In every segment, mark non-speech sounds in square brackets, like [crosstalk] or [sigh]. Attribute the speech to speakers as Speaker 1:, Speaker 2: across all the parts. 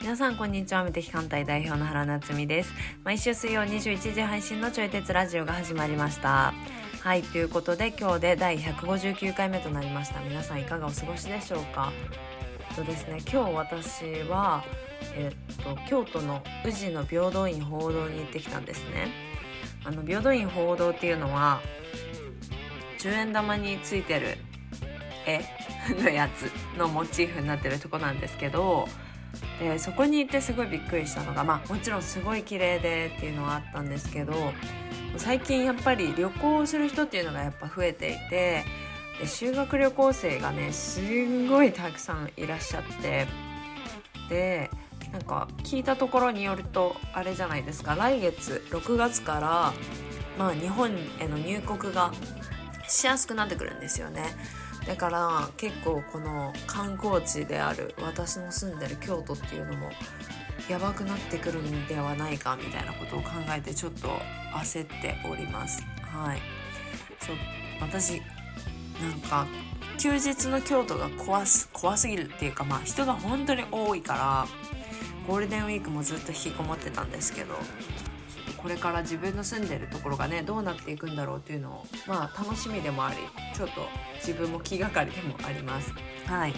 Speaker 1: 皆さんこんにちは無敵艦隊代表の原夏実です毎週水曜21時配信のちょい鉄ラジオが始まりましたはいということで今日で第159回目となりました皆さんいかがお過ごしでしょうかえっとですね今日私はえっと京都の宇治の平等院報道に行ってきたんですねあの平等院報道っていうのは10円玉についてる絵のやつのモチーフになってるとこなんですけどでそこに行ってすごいびっくりしたのが、まあ、もちろんすごい綺麗でっていうのはあったんですけど最近やっぱり旅行をする人っていうのがやっぱ増えていてで修学旅行生がねすんごいたくさんいらっしゃってでなんか聞いたところによるとあれじゃないですか来月6月から、まあ、日本への入国がしやすくなってくるんですよね。だから結構この観光地である私の住んでる京都っていうのもやばくなってくるんではないかみたいなことを考えてちょっと焦っておりますはいそう私なんか休日の京都が怖す怖すぎるっていうかまあ人が本当に多いからゴールデンウィークもずっと引きこもってたんですけどちょっとこれから自分の住んでるところがねどうなっていくんだろうっていうのをまあ楽しみでもありちょっと自分も気がかりでもありますはい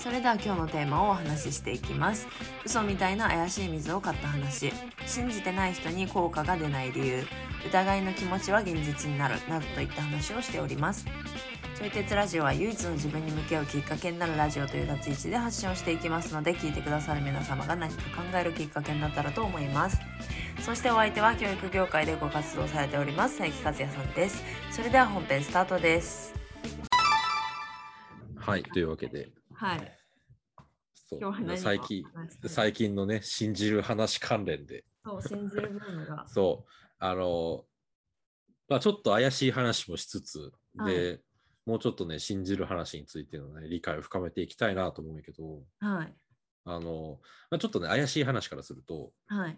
Speaker 1: それでは今日のテーマをお話ししていきます嘘みたいな怪しい水を買った話信じてない人に効果が出ない理由疑いの気持ちは現実になるなどといった話をしておりますちょい鉄ラジオは唯一の自分に向き合うきっかけになるラジオという立ち位置で発信をしていきますので聞いてくださる皆様が何か考えるきっかけになったらと思いますそしてお相手は教育業界でご活動されております佐伯和也さんですそれでは本編スタートです
Speaker 2: はい、というわけで、
Speaker 1: はい
Speaker 2: そう
Speaker 1: 今日は何を
Speaker 2: 最近
Speaker 1: 話してる
Speaker 2: 最近のね、信じる話関連で、
Speaker 1: そう信じるブームが
Speaker 2: そう、あの、まあ、ちょっと怪しい話もしつつ、で、もうちょっとね、信じる話についてのね、理解を深めていきたいなと思うんやけど、
Speaker 1: はい
Speaker 2: あの、まあ、ちょっとね、怪しい話からすると、
Speaker 1: はい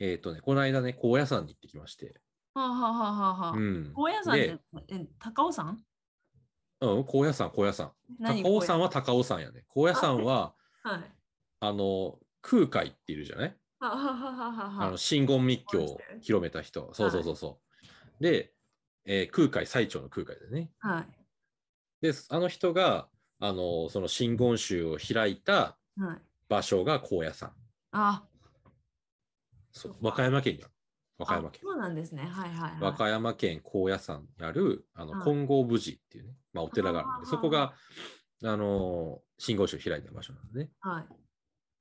Speaker 2: えっ、とね、この間ね、高野山に行ってきまして、
Speaker 1: はあ、はあはあはあはあ
Speaker 2: うん。
Speaker 1: 高野山って
Speaker 2: で、
Speaker 1: え高尾山
Speaker 2: うん、高野山、高野山。
Speaker 1: 何
Speaker 2: 高尾山
Speaker 1: は、
Speaker 2: は高尾山やね。高野山は、
Speaker 1: はい、
Speaker 2: あの、空海っているじゃない
Speaker 1: はあはあはあはあはあ
Speaker 2: あの真言密教を広めた人、そうそうそうそう。で、えー空海最長の空海でね。
Speaker 1: はい
Speaker 2: で、あの人が、あのその真言宗を開いた
Speaker 1: はい
Speaker 2: 場所が高野山。
Speaker 1: あ
Speaker 2: そ
Speaker 1: そう
Speaker 2: う
Speaker 1: か
Speaker 2: 和歌山県にある。和
Speaker 1: 和
Speaker 2: 歌山県。
Speaker 1: そうなんですねはいはいはい
Speaker 2: 和歌山県高野山にあるあの
Speaker 1: はい
Speaker 2: 金剛無寺っていうね、まあ、お寺があるんで、
Speaker 1: あー
Speaker 2: そこが、あの真言宗を開いた場所なんでね。
Speaker 1: は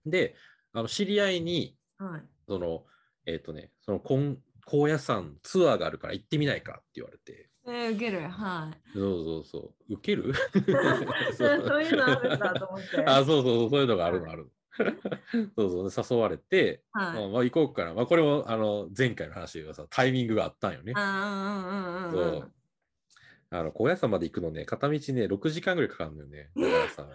Speaker 1: い
Speaker 2: で、あの知り合いに、
Speaker 1: はい
Speaker 2: その、えっ、とね、その金高野山ツアーがあるから行ってみないかって言われて、
Speaker 1: えー、受けるはい
Speaker 2: そうそうそう。受ける
Speaker 1: [laughs] そういうのあるんだと思って
Speaker 2: [laughs] あ、そうそうそう、そういうのがあるのあるの。そうそう、誘われて、
Speaker 1: はい
Speaker 2: まあ行こうかな。まあこれもあの前回の話で言うとさ、タイミングがあったんよね。
Speaker 1: あーうん
Speaker 2: そ
Speaker 1: うんうんうんうん
Speaker 2: う。あの、高野山まで行くのね、片道ね、6時間ぐらいかかるのよね。だから
Speaker 1: そんな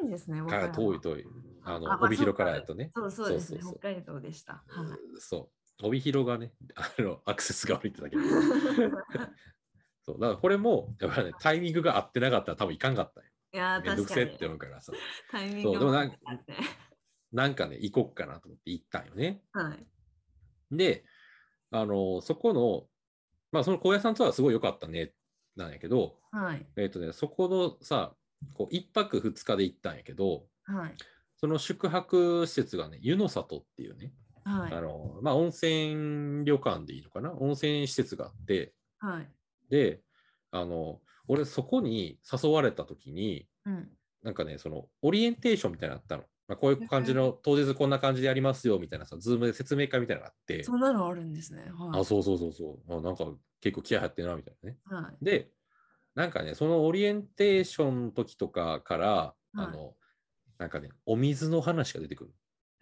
Speaker 1: 遠いんですね。和歌
Speaker 2: さ、
Speaker 1: 山
Speaker 2: か遠い。遠い。あの
Speaker 1: あ、まあ
Speaker 2: 帯広からやとね。
Speaker 1: そうそうですね。
Speaker 2: そうそうそう
Speaker 1: 北海道でした。はい
Speaker 2: そう。帯広がね、あの、アクセスが悪いってだけで。そう。だからこれも、やっぱりね、タイミングが合ってなかったら多分行かんかったんよ。
Speaker 1: [laughs] いやー
Speaker 2: めんど
Speaker 1: 確
Speaker 2: く
Speaker 1: か
Speaker 2: せえ
Speaker 1: に
Speaker 2: って思うからさ。
Speaker 1: タイミン
Speaker 2: そう
Speaker 1: グ
Speaker 2: でもなん
Speaker 1: 悪かったね
Speaker 2: なんかね、行こっかなと思って行ったんよね。
Speaker 1: はい
Speaker 2: で、あの、そこの、まあ、その高野山ツアーはすごい良かったね、なんやけど、
Speaker 1: はい
Speaker 2: えっ、とね、そこのさ、こう、1泊2日で行ったんやけど、
Speaker 1: はい
Speaker 2: その宿泊施設がね、湯の里っていうね、
Speaker 1: はい
Speaker 2: あの、まあ、温泉旅館でいいのかな温泉施設があって、
Speaker 1: はい
Speaker 2: で、あの、俺そこに誘われた時に、
Speaker 1: うん
Speaker 2: なんかね、その、オリエンテーションみたいなのあったの。まあ、こういう感じの、当日こんな感じでやりますよ、みたいなさ、ズームで説明会みたいなのがあって、
Speaker 1: そんなのあるんですね。は
Speaker 2: あ、
Speaker 1: い
Speaker 2: そうそうそうそう。あなんか結構気合入ってるな、みたいなね。
Speaker 1: は
Speaker 2: で、なんかね、そのオリエンテーションの時とかから、
Speaker 1: い
Speaker 2: あの、なんかね、お水の話が出てくる。
Speaker 1: い。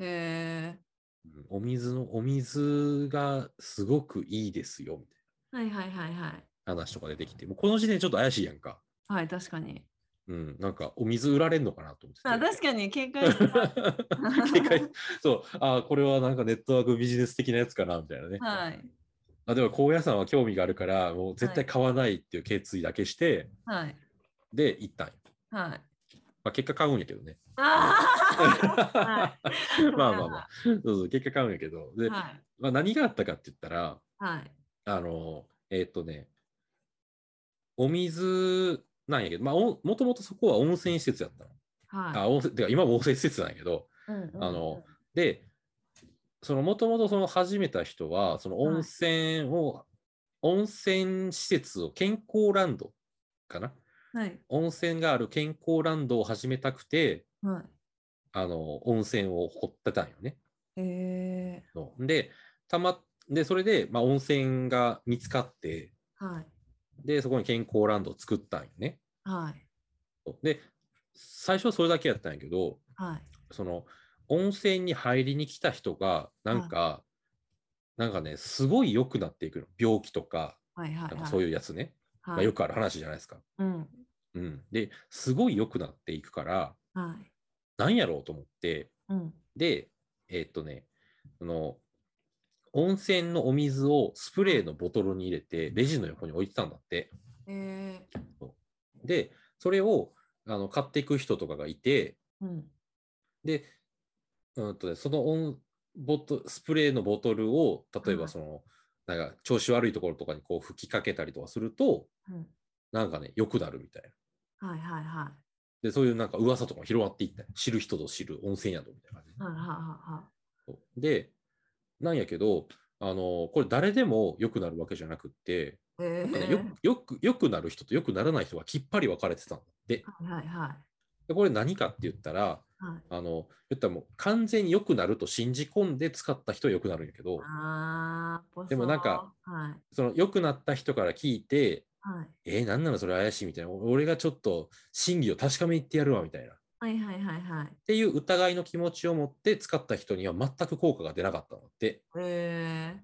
Speaker 1: へえ
Speaker 2: うんお水の、お水がすごくいいですよ、みた
Speaker 1: は
Speaker 2: い
Speaker 1: いはいはいはい
Speaker 2: な話とか出てきて、もうこの時点でちょっと怪しいやんか。
Speaker 1: はい確かに。
Speaker 2: うん、なんかお水売られんのかなと思ってて。
Speaker 1: あ確
Speaker 2: [laughs]
Speaker 1: かに警戒してた
Speaker 2: 警戒そう、あこれはなんかネットワークビジネス的なやつかな、みたいなね。
Speaker 1: はい
Speaker 2: あでも高野山は興味があるからもう絶対買わないっていう決意だけして、
Speaker 1: はい。
Speaker 2: で行ったんよ
Speaker 1: はい。
Speaker 2: まあ、結果買うんやけどね
Speaker 1: あ
Speaker 2: まあ [laughs] まあまあ
Speaker 1: は
Speaker 2: そうそう結果買うんやけど
Speaker 1: あ
Speaker 2: で、
Speaker 1: はい。
Speaker 2: まあ、何があったかって言ったら
Speaker 1: はい。
Speaker 2: あのえーっとねお水なんやけど、まあ、おもともとそこは温泉施設やったの。
Speaker 1: はい。
Speaker 2: あ温泉てか今も温泉施設なんやけど、
Speaker 1: うんうんうん
Speaker 2: あの、で、そのもともとその始めた人は、その温泉を、温泉施設を健康ランドかな
Speaker 1: はい。
Speaker 2: 温泉がある健康ランドを始めたくて、
Speaker 1: はい。
Speaker 2: あの、温泉を掘ってたんよね。
Speaker 1: え
Speaker 2: ので、たま、で、それで、まあ、温泉が見つかって、
Speaker 1: ー、はい。
Speaker 2: で、そこに健康ランドを作ったんよね。
Speaker 1: はい。
Speaker 2: で、最初はそれだけやったんやけど、
Speaker 1: はい。
Speaker 2: その温泉に入りに来た人がなんか、なんかねすごい良くなっていくの病気とか
Speaker 1: はい。はい。
Speaker 2: なんかそう
Speaker 1: いう。
Speaker 2: いうやつね、
Speaker 1: は
Speaker 2: まあ、
Speaker 1: い。
Speaker 2: よくある話じゃないですか。
Speaker 1: うん。
Speaker 2: うん、ですごい良くなっていくから
Speaker 1: はい。
Speaker 2: なんやろうと思って
Speaker 1: うん。
Speaker 2: でえーっとねその温泉のお水をスプレーのボトルに入れてレジの横に置いてたんだって
Speaker 1: えー、
Speaker 2: でそれをあの買っていく人とかがいて
Speaker 1: うん。
Speaker 2: で、うんとね、そのオンボトスプレーのボトルを例え
Speaker 1: は
Speaker 2: ば
Speaker 1: い
Speaker 2: その、なんか調子悪いところとかにこう吹きかけたりとかすると
Speaker 1: うん。
Speaker 2: なんかね良くなるみたいな
Speaker 1: はい。はい。はい。
Speaker 2: でそういうなんか噂とかも広まっていったよ知る人ぞ知る温泉宿みたいな感じ
Speaker 1: はい。はい。は
Speaker 2: そうでなんやけどあのこれ誰でも良くなるわけじゃなくって、
Speaker 1: い。はい。え
Speaker 2: なんかね
Speaker 1: ー、
Speaker 2: よくよく良くなる人と良くならない人がきっぱり分かれてたんだって
Speaker 1: はい。はい。はい。
Speaker 2: でこれ何かって言ったら
Speaker 1: はい。
Speaker 2: あの言ったらもう完全に良くなると信じ込んで使った人は良くなるんやけど、
Speaker 1: あー、ボソー
Speaker 2: でもなんか。
Speaker 1: はい。
Speaker 2: その良くなった人から聞いて、
Speaker 1: はい。
Speaker 2: えー、なんなのそれ怪しいみたいな、お俺がちょっと真偽を確かめに行ってやるわみたいな。っ
Speaker 1: はい。はい。はい。はい。
Speaker 2: ていう疑いの気持ちを持って使った人には全く効果が出なかったのって。
Speaker 1: え
Speaker 2: っ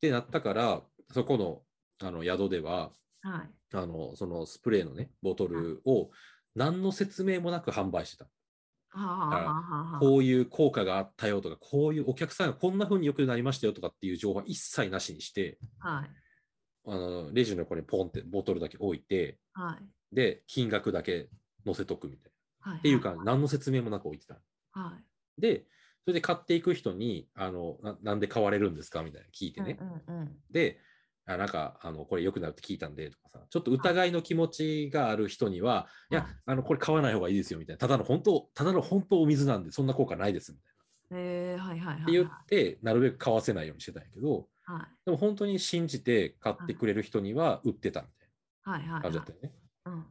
Speaker 2: てなったから、そこのあの宿では
Speaker 1: ー、はい。
Speaker 2: あの、そのスプレーのね、ボトルを何の説明もなく販売してた。
Speaker 1: はあ、はあ、はあ、はあ。
Speaker 2: こういう効果があったよとか、こういうお客さんがこんな風に良くなりましたよとかっていう情報は一切なしにして、
Speaker 1: はい。
Speaker 2: あのレジの横にポンってボトルだけ置いて、
Speaker 1: はい。
Speaker 2: で、金額だけ載せとくみたいな。
Speaker 1: はい。っ
Speaker 2: っていうか、何の説明もなく置いてた。
Speaker 1: は
Speaker 2: で、それで買っていく人に、あの、ななんで買われるんですかみたいな聞い
Speaker 1: い。
Speaker 2: てね。
Speaker 1: うん、うん。
Speaker 2: で、あなんか、あの、これ良くなるって聞いたんで、とかさ、ちょっと疑いの気持ちがある人には、いや
Speaker 1: はい、
Speaker 2: あの、これ買わない方がいいですよ、みたいな。ただの本当、ただの本当お水なんで、そんな効果ないです、みたい
Speaker 1: えー、はい、はい、はい。
Speaker 2: な。って言って、なるべく買わせないようにしてたんやけど、
Speaker 1: はい。
Speaker 2: でも本当に信じて買ってくれる人には売ってたみた
Speaker 1: はいはい
Speaker 2: いな
Speaker 1: はい
Speaker 2: 感じだったよね。
Speaker 1: うん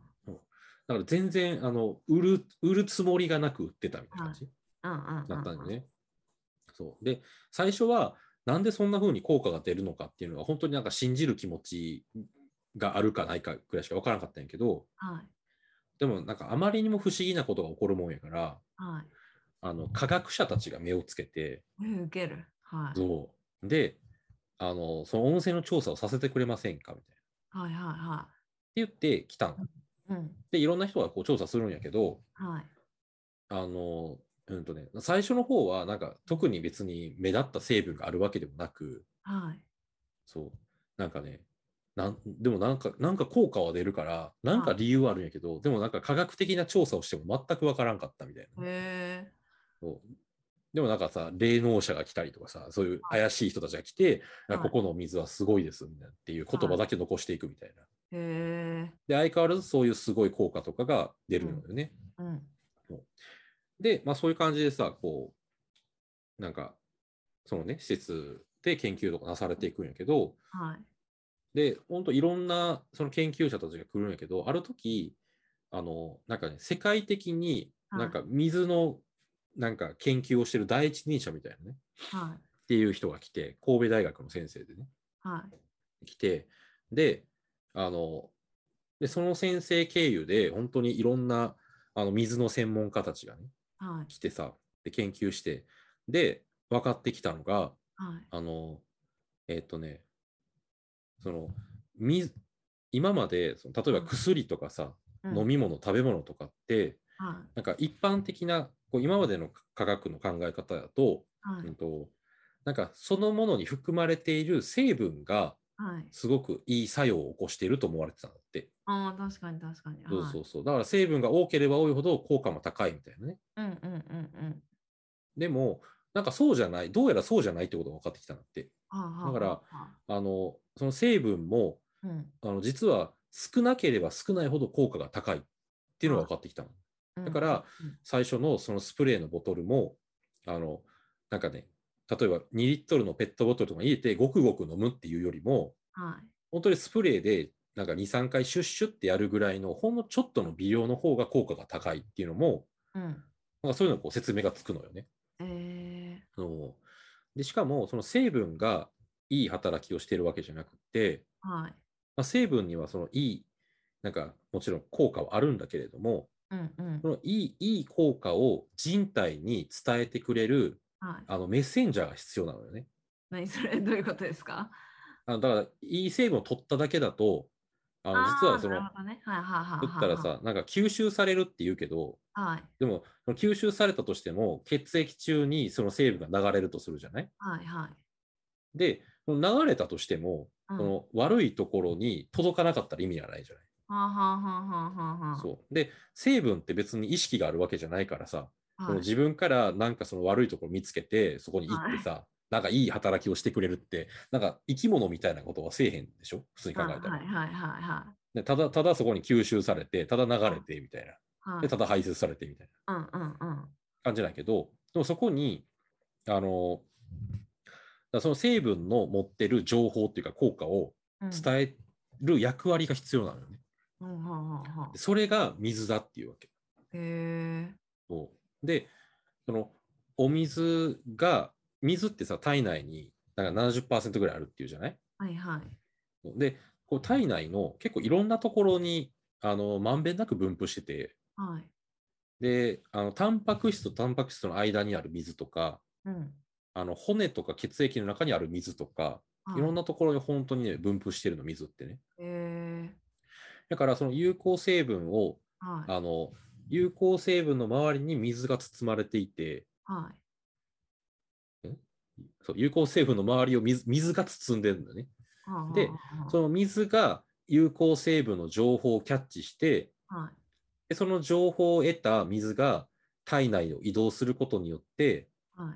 Speaker 2: だから全然、あの、売る、売るつもりがなく売ってたみたいな感じ。
Speaker 1: うんうん
Speaker 2: だったんで。ね。そうで最初はなんでそんな風に効果が出るのかっていうのは本当になんか信じる気持ちがあるかないかぐらいしか分からなかったんやけど
Speaker 1: はい
Speaker 2: でもなんかあまりにも不思議なことが起こるもんやから
Speaker 1: は
Speaker 2: あの科学者たちが目をつけて
Speaker 1: い。受ける。はい。
Speaker 2: そうであのその温泉の調査をさせてくれませんかみたいな。
Speaker 1: はいはいは
Speaker 2: って言って来たん
Speaker 1: い。うん。
Speaker 2: でいろんな人がこう調査するんやけど
Speaker 1: はい。
Speaker 2: あの、うんとね、最初の方はなんか特に別に目立った成分があるわけでもなく、
Speaker 1: はい。
Speaker 2: そう。なんかね、なんでもなんか、なんか効果は出るから、なんか理由はあるんやけど、でもなんか科学的な調査をしても全くわからんかったみたいな。
Speaker 1: へえ。
Speaker 2: そうでもなんかさ、霊能者が来たりとかさ、そういう怪しい人たちが来て、
Speaker 1: はい
Speaker 2: あここのお水はすごいですみたいなっていう言葉だけ残していくみたいな。
Speaker 1: へえ。
Speaker 2: で、相変わらずそういうすごい効果とかが出るのよね。
Speaker 1: うん。
Speaker 2: で、まあそういう感じでさ、こう、なんか、そのね、施設で研究とかなされていくんやけど、
Speaker 1: はい。
Speaker 2: で、本当いろんなその研究者たちが来るんやけど、ある時、あの、なんかね、世界的に
Speaker 1: はい
Speaker 2: なんか水のなんか研究をしてる第一人者みたいなね、
Speaker 1: はい。
Speaker 2: っていう人が来て、神戸大学の先生でね、
Speaker 1: はい。
Speaker 2: 来て、で、あの、で、その先生経由で、本当にいろんなあの水の専門家たちがね、
Speaker 1: はい。
Speaker 2: 来てさ、で研究して、で、分かってきたのが、
Speaker 1: はい。
Speaker 2: あの、えーっとね、その、水、今まで、その例え
Speaker 1: うん
Speaker 2: ば薬とかさ、
Speaker 1: うん
Speaker 2: 飲み物、食べ物とかって、
Speaker 1: は
Speaker 2: なんか一般的な、こう今までの科学の考え方だと、
Speaker 1: い。は
Speaker 2: うん
Speaker 1: い。
Speaker 2: と、なんかそのものに含まれている成分が
Speaker 1: はい。
Speaker 2: すごくいい作用を起こしていると思われてたんだって。
Speaker 1: ああ、確かに確かに。
Speaker 2: そう
Speaker 1: はい
Speaker 2: そうそう。だから成分が多ければ多いほど効果も高いみたいなね。
Speaker 1: うんうんうんうん。
Speaker 2: でも、なんかそうじゃない、どうやらそうじゃないってことが分かってきたんだって。
Speaker 1: はあはあ
Speaker 2: だから
Speaker 1: はあは
Speaker 2: あの、その成分も、
Speaker 1: あうん
Speaker 2: あの、実は少なければ少ないほど効果が高いっていうのが分かってきたの。
Speaker 1: うん
Speaker 2: だから
Speaker 1: うん
Speaker 2: 最初のそのスプレーのボトルも、あの、なんかね、例えば2リットルのペットボトルとかに入れてごくごく飲むっていうよりも、
Speaker 1: はい。
Speaker 2: 本当にスプレーでなんか2、3回シュッシュってやるぐらいのほんのちょっとの微量の方が効果が高いっていうのも、
Speaker 1: うん。
Speaker 2: なんかそういうのこう説明がつくのよね。
Speaker 1: え
Speaker 2: あのでしかもその成分がいい働きをしているわけじゃなくて、
Speaker 1: ー、はい。
Speaker 2: まあ、成分にはそのいい、なんかもちろん効果はあるんだけれども、
Speaker 1: うんうん
Speaker 2: そ。のいいいい効果を人体に伝えてくれる
Speaker 1: はい。
Speaker 2: あのメッセンジャーが必要なのよね。
Speaker 1: 何それどういうことですか
Speaker 2: あのだから、いい成分を取っただけだと、あの実はその
Speaker 1: あーなるほどね。はいはいはいはい。
Speaker 2: 取ったらさ、なんか吸収されるっていうけど、
Speaker 1: はい。
Speaker 2: でもその吸収されたとしても、血液中にその成分が流れるとするじゃない
Speaker 1: はいはい。
Speaker 2: で、その流れたとして
Speaker 1: う
Speaker 2: も、
Speaker 1: ん
Speaker 2: その悪いところに届かなかったら意味がないじゃない。
Speaker 1: はあはあはあはあはあ。
Speaker 2: そうで、成分って別に意識があるわけじゃないからさ、その
Speaker 1: はい
Speaker 2: 自分からなんかその悪いところ見つけて、そこに行ってさ、なんかいい働きをしてくれるって、なんか生き物みたいなことはせえへんでしょ普通に考えたら、
Speaker 1: はいはいはいは
Speaker 2: でただ、ただそこに吸収されて、ただ流れてみたいな。
Speaker 1: いはい。
Speaker 2: で、ただ排泄されてみたいな
Speaker 1: うんうんうん。
Speaker 2: 感じだけど、でもそこに、あの、だからその成分の持ってる情報っていうか効果を
Speaker 1: うん
Speaker 2: 伝える役割が必要なのよね。
Speaker 1: うんはあはあはあ
Speaker 2: でそれが水だっていうわけ。
Speaker 1: へえ。
Speaker 2: そうで、そのお水が、水ってさ、体内になんか70%ぐらいあるっていうじゃない
Speaker 1: はいはい。
Speaker 2: で、こう体内の結構いろんなところにあのまんべんなく分布してて、
Speaker 1: はい。
Speaker 2: で、あのタンパク質とタンパク質の間にある水とか、
Speaker 1: うん。
Speaker 2: あの骨とか血液の中にある水とか、いろん
Speaker 1: な。
Speaker 2: なところに本当にね、分布してるの、水ってね。
Speaker 1: へえ。
Speaker 2: だから、その有効成分を、
Speaker 1: はい。
Speaker 2: あの、有効成分の周りに水が包まれていて、
Speaker 1: は
Speaker 2: そう有効成分の周りを水水が包んでるんだよね。
Speaker 1: い。はあ
Speaker 2: で、
Speaker 1: は
Speaker 2: その水が有効成分の情報をキャッチして、
Speaker 1: あはい。
Speaker 2: でその情報を得た水が体内を移動することによって、
Speaker 1: は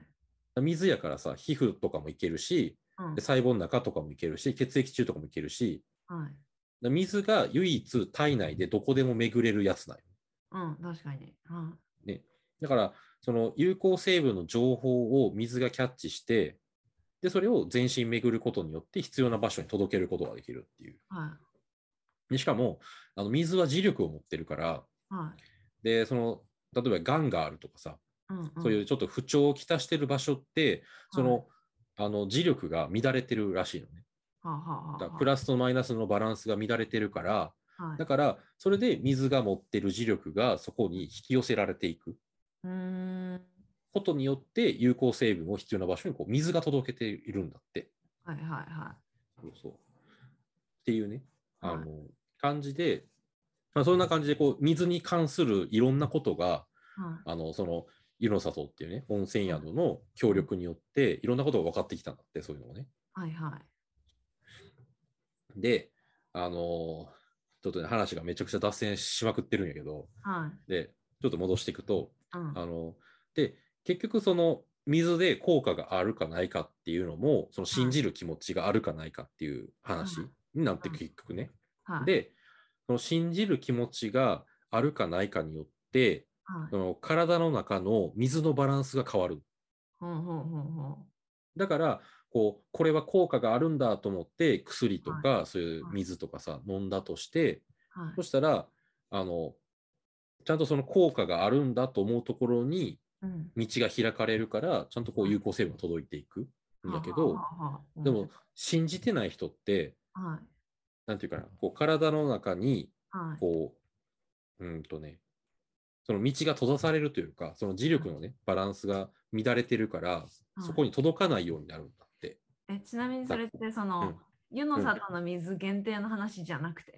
Speaker 1: い。
Speaker 2: 水やからさ、皮膚とかもいけるし、
Speaker 1: うん
Speaker 2: で細胞の中とかもいけるし、血液中とかもいけるし、
Speaker 1: はい。
Speaker 2: で水が唯一体内でどこでも巡れるやつなんよ
Speaker 1: うん、確かに。は
Speaker 2: だから、その有効成分の情報を水がキャッチして、で、それを全身巡ることによって必要な場所に届けることができるっていう。
Speaker 1: い。は
Speaker 2: でしかも、あの水は磁力を持ってるから、
Speaker 1: い。はい。
Speaker 2: で、その、例えば、がんがあるとかさ、
Speaker 1: うん、うん。
Speaker 2: そういうちょっと不調をきたしてる場所って、そ
Speaker 1: はい
Speaker 2: の、あの、磁力が乱れてるらしいのね。
Speaker 1: はあはあはあ
Speaker 2: だからプラスとマイナスのバランスが乱れてるから、
Speaker 1: はい
Speaker 2: だから、それで水が持ってる磁力がそこに引き寄せられていく
Speaker 1: うーん。
Speaker 2: ことによって、有効成分を必要な場所にこう水が届けているんだって。
Speaker 1: はいはいは
Speaker 2: そうそう。っていうね、あ
Speaker 1: はい
Speaker 2: の、感じで、まあ、そんな感じで、こう、水に関するいろんなことが、
Speaker 1: い。はい。
Speaker 2: あの、その、湯の里っていうね、温泉宿の協力によって、いろんなことが分かってきたんだって、そういうのもね。
Speaker 1: はいはい。
Speaker 2: で、あのーちょっとね、話がめちゃくちゃ脱線しまくってるんやけど、
Speaker 1: はい。
Speaker 2: で、ちょっと戻していくと、
Speaker 1: うん。
Speaker 2: あの、で、結局その、水で効果があるかないかっていうのも、その信じる気持ちがあるかないかっていう話
Speaker 1: うん
Speaker 2: になって
Speaker 1: うん
Speaker 2: 結局ね。
Speaker 1: はい。
Speaker 2: で、その信じる気持ちがあるかないかによって、
Speaker 1: はい
Speaker 2: そ。の体の中の水のバランスが変わる。
Speaker 1: ほうほうほうほ
Speaker 2: だから、こう、これは効果があるんだと思って、薬とか、そういう水とかさ、飲んだとして、
Speaker 1: う。はい
Speaker 2: そ。したら、あの、ちゃんとその効果があるんだと思うところに、
Speaker 1: うん。
Speaker 2: 道が開かれるから、ちゃんとこう
Speaker 1: はい
Speaker 2: 有効成分が届いていくんだけ
Speaker 1: は
Speaker 2: ど
Speaker 1: あ、はあはあ
Speaker 2: でも、信じてない人って、
Speaker 1: は
Speaker 2: なんていうかな、こう体の中に、
Speaker 1: い。はい。
Speaker 2: こう、うんとね、その道が閉ざされるというか、その磁力のね、バランスが乱れてるから、そこに届かないようになるんだって。
Speaker 1: え、ちなみにそれって、そうの
Speaker 2: ん、
Speaker 1: 湯の里の水限定の話じゃなくて、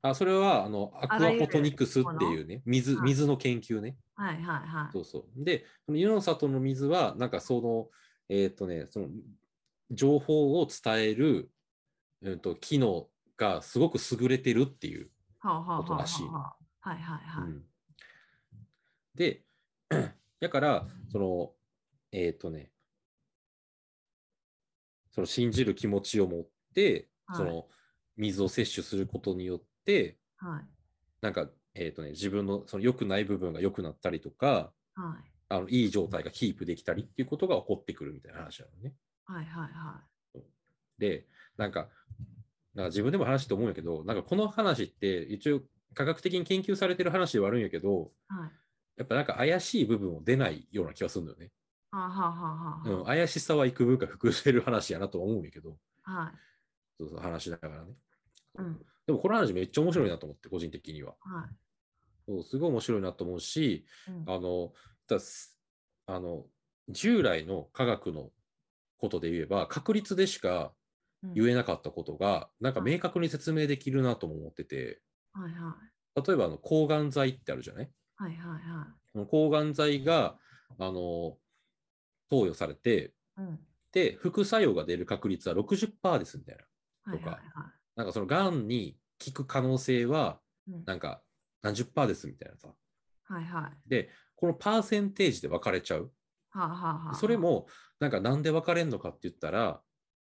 Speaker 2: あ、それは、あの、アクアフォトニクスっていうね、水、
Speaker 1: はい
Speaker 2: 水の研究ね。
Speaker 1: はいはいはい。
Speaker 2: そうそう。で、その湯の里の水は、なんかその、えーっ、とね、その、情報を伝える、えっと、機能がすごく優れてるっていう。
Speaker 1: はあはあはあ
Speaker 2: こと
Speaker 1: は
Speaker 2: らしい
Speaker 1: あはあはいはいはい。
Speaker 2: うんで、 [clears throat] だから、その、えっ、とね、その信じる気持ちを持って、
Speaker 1: はい
Speaker 2: その水を摂取することによって、
Speaker 1: はい
Speaker 2: なんか、えっ、とね、自分のその良くない部分が良くなったりとか、
Speaker 1: はい
Speaker 2: あのいい状態がキープできたりっていうことが起こってくるみたいな話なのね。
Speaker 1: はいはいは
Speaker 2: で、なんか、なんか自分でも話して思うんやけど、なんかこの話って一応科学的に研究されてる話ではあるんやけど、
Speaker 1: いはい。
Speaker 2: やっぱなんか怪しい部分を出ないような気がするんだよね。
Speaker 1: はあはあはあ
Speaker 2: う
Speaker 1: は
Speaker 2: ん、怪しさは幾分か含んでる話やなとは思うんやけど、
Speaker 1: あ。はい。
Speaker 2: そうそう話しながらね。
Speaker 1: うん。
Speaker 2: でもこの話めっちゃ面白いなと思って、個人的には。
Speaker 1: はい。
Speaker 2: そうすごい面白いなと思うし、
Speaker 1: うん
Speaker 2: あの、だすあの従来の科学のことで言えば、確率でしか
Speaker 1: うん
Speaker 2: 言えなかったことが、なんか明確に説明できるなとも思ってて、
Speaker 1: はいはい。
Speaker 2: 例えばあの抗がん剤ってあるじゃない
Speaker 1: はいはいは
Speaker 2: この抗がん剤があの投与されて、
Speaker 1: い。うん。
Speaker 2: で、副作用が出る確率は60%ですみたいな。
Speaker 1: はいはい
Speaker 2: とか
Speaker 1: はい。
Speaker 2: なんかそのがんに効く可能性は
Speaker 1: うん
Speaker 2: なんか何十パーですみたいなさ。
Speaker 1: はいはい。は
Speaker 2: で、このパーセンテージで分かれちゃう。
Speaker 1: あはあはあ。
Speaker 2: それ、もなんかなんで分かれんのかって言ったら、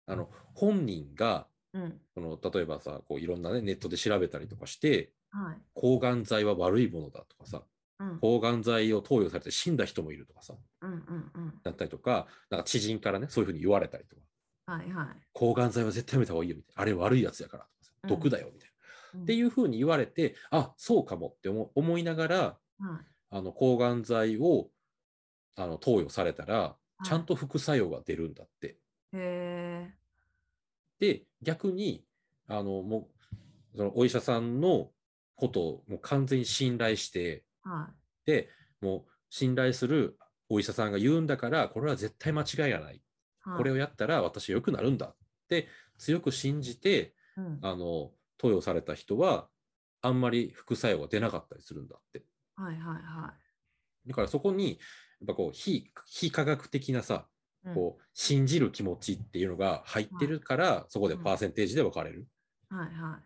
Speaker 2: あの本人が
Speaker 1: うん。はい。
Speaker 2: その例えばさ、こういろんな、ね、ネットで調べたりとかして、抗がん剤は悪いものだとかさ、
Speaker 1: うん。
Speaker 2: 抗がん剤を投与されて死んだ人もいるとかさ、
Speaker 1: うんうんうん。
Speaker 2: だったりとか、なんか知人からね、そういうふうに言われたりとか、
Speaker 1: はいはい。
Speaker 2: 抗がん剤は絶対やめた方がいいよみたいな、あれ悪いやつやからとかさ
Speaker 1: うん
Speaker 2: 毒だよみたいな。っていうふうに言われて、あそうかもって思思いながら、
Speaker 1: うん。はい
Speaker 2: あの抗がん剤をあの投与されたら、ちゃん。と副作用が出るんだって。
Speaker 1: へえ。
Speaker 2: で、逆に、あのもうそのお医者さんのことをもう完全に信頼して、
Speaker 1: は
Speaker 2: で、もう信頼するお医者さんが言うんだから、これは絶対間違い
Speaker 1: い。
Speaker 2: がない。
Speaker 1: はい
Speaker 2: これをやったら私良くなるんだって強く信じて、
Speaker 1: うん
Speaker 2: あの投与された人は、あんまり副作用が出なかったりするんだって。
Speaker 1: はいはいは
Speaker 2: だからそこに、やっぱこう非、非科学的なさ、
Speaker 1: い。うん
Speaker 2: こう、信じる気持ちっていうのが入ってるから、そこでパーセンテージで分かれる。
Speaker 1: はいは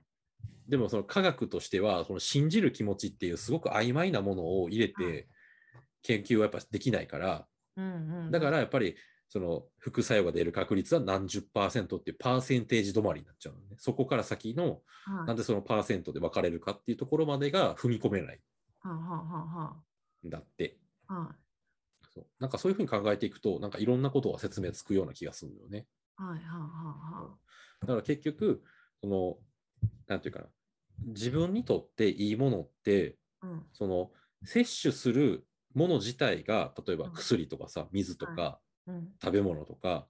Speaker 2: でもその科学としては、その信じる気持ちっていうすごく曖昧なものを入れ
Speaker 1: は
Speaker 2: て、研究はやっぱできないから、
Speaker 1: い。うんうん。
Speaker 2: だからやっぱり、その副作用が出る確率は何十パーセントっていうパーセンテージ止まりになっちゃうのね。そこから先の、
Speaker 1: ら、はい
Speaker 2: なんでそのパーセントで分かれるかっていうところまでが踏み込めない
Speaker 1: はあは
Speaker 2: んだって。
Speaker 1: あはあは
Speaker 2: そうなんかそういうふうに考えていくと、なんかいろんなことが説明つくような気がするんだよね。
Speaker 1: あ。はいはいはあはあ。
Speaker 2: だから結局、その、なんていうかな、自分にとっていいものって、
Speaker 1: うん。
Speaker 2: その、摂取するもの自体が、例え
Speaker 1: う
Speaker 2: ば
Speaker 1: ん
Speaker 2: 薬とかさ、水とか、
Speaker 1: うん。
Speaker 2: 食べ物とか、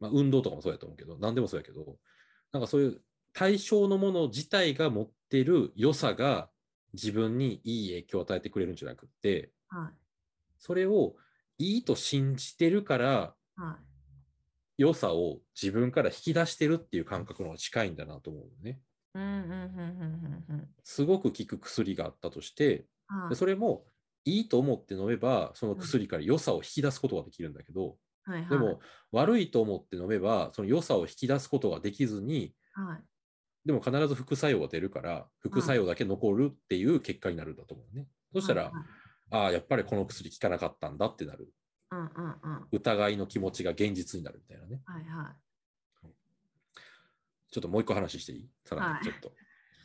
Speaker 2: まあ、運動とかもそうやと思うけど、何でもそうやけど、なんかそういう対象のもの自体が持ってる良さが、自分にいい影響を与えてくれるんじゃなくって、
Speaker 1: は
Speaker 2: それをいいと信じてるから、
Speaker 1: いはい。
Speaker 2: 良さを自分から引き出してるっていう感覚の方が近いんだなと思うのね。
Speaker 1: うんうんうんうんうん
Speaker 2: すごく効く薬があったとして、
Speaker 1: うん。は
Speaker 2: で
Speaker 1: い
Speaker 2: それもいいと思って飲めば、その薬から良さを引き出すことができるんだけど、
Speaker 1: はいはい。
Speaker 2: でも悪いと思って飲めば、その良さを引き出すことができずに、
Speaker 1: はい。
Speaker 2: でも必ず副作用が出るから、副作用だけ残るっていう結果になるんだと思うね。そした
Speaker 1: は
Speaker 2: ら
Speaker 1: いは、い
Speaker 2: ああ、やっぱりこの薬効かなかったんだってなる。
Speaker 1: うんうんうん。は
Speaker 2: 疑いの気持ちが現実になるみたいなね。
Speaker 1: いは
Speaker 2: ちょっともう一個話していいさら
Speaker 1: はい
Speaker 2: にちょっと。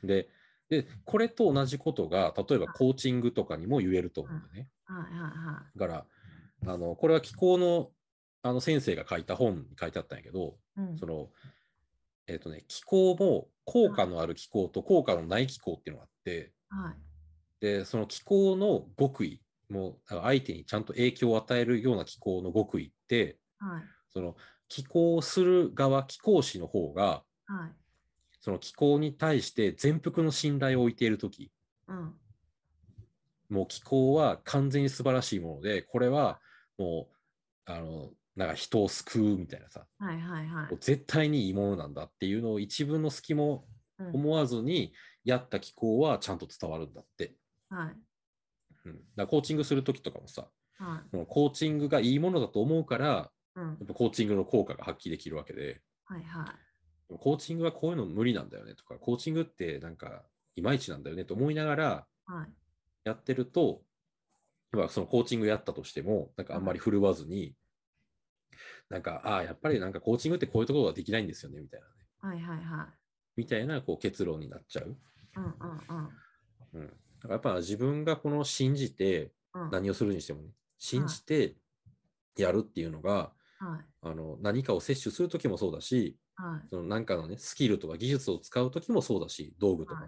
Speaker 2: でで、これと同じことが、例えばコーチングとかにも言えると思うんだよね。
Speaker 1: い。はいはいは
Speaker 2: だから、あのこれは気候のあの先生が書いた本に書いてあったんやけど、
Speaker 1: い。うん
Speaker 2: その、えっ、とね、気候も効果のある気候と効果のない気候っていうのがあって、
Speaker 1: はい。
Speaker 2: で、その気候の極意、もう相手にちゃんと影響を与えるような気候の極意って、
Speaker 1: はい。
Speaker 2: その気候する側、気候師の方が、
Speaker 1: はい。
Speaker 2: その気候に対して全幅の信頼を置いているとき、
Speaker 1: うん。
Speaker 2: もう気候は完全に素晴らしいもので、これはもう、あの、なんか人を救うみたいなさ、
Speaker 1: はいはいは
Speaker 2: もう
Speaker 1: い。
Speaker 2: 絶対にいいものなんだっていうのを一分の隙も
Speaker 1: うん
Speaker 2: 思わずにやった気候はちゃんと伝わるんだって。
Speaker 1: はい。
Speaker 2: うん、だからコーチングするときとかもさ、
Speaker 1: はい。
Speaker 2: そのコーチングがいいものだと思うから、
Speaker 1: うん。
Speaker 2: やっぱコーチングの効果が発揮できるわけで、
Speaker 1: はいはい。
Speaker 2: でもコーチングはこういうの無理なんだよねとか、コーチングってなんかいまいちなんだよねと思いながら
Speaker 1: はい。
Speaker 2: やってると、まあそのコーチングやったとしても、なんかあんまり振るわずに、なんか、ああ、やっぱりなんかコーチングってこういうところができないんですよね、みたいなね。
Speaker 1: はいはいはい。
Speaker 2: みたいなこう結論になっちゃう。
Speaker 1: うんうん
Speaker 2: うん。だからやっぱ自分がこの信じて、
Speaker 1: うん。うん。はい。
Speaker 2: 何をするにしてもね、信じてやるっていうのが、あの何かを摂取するときもそうだし、
Speaker 1: はい。
Speaker 2: その何かのね、スキルとか技術を使うときもそうだし、道具とかね、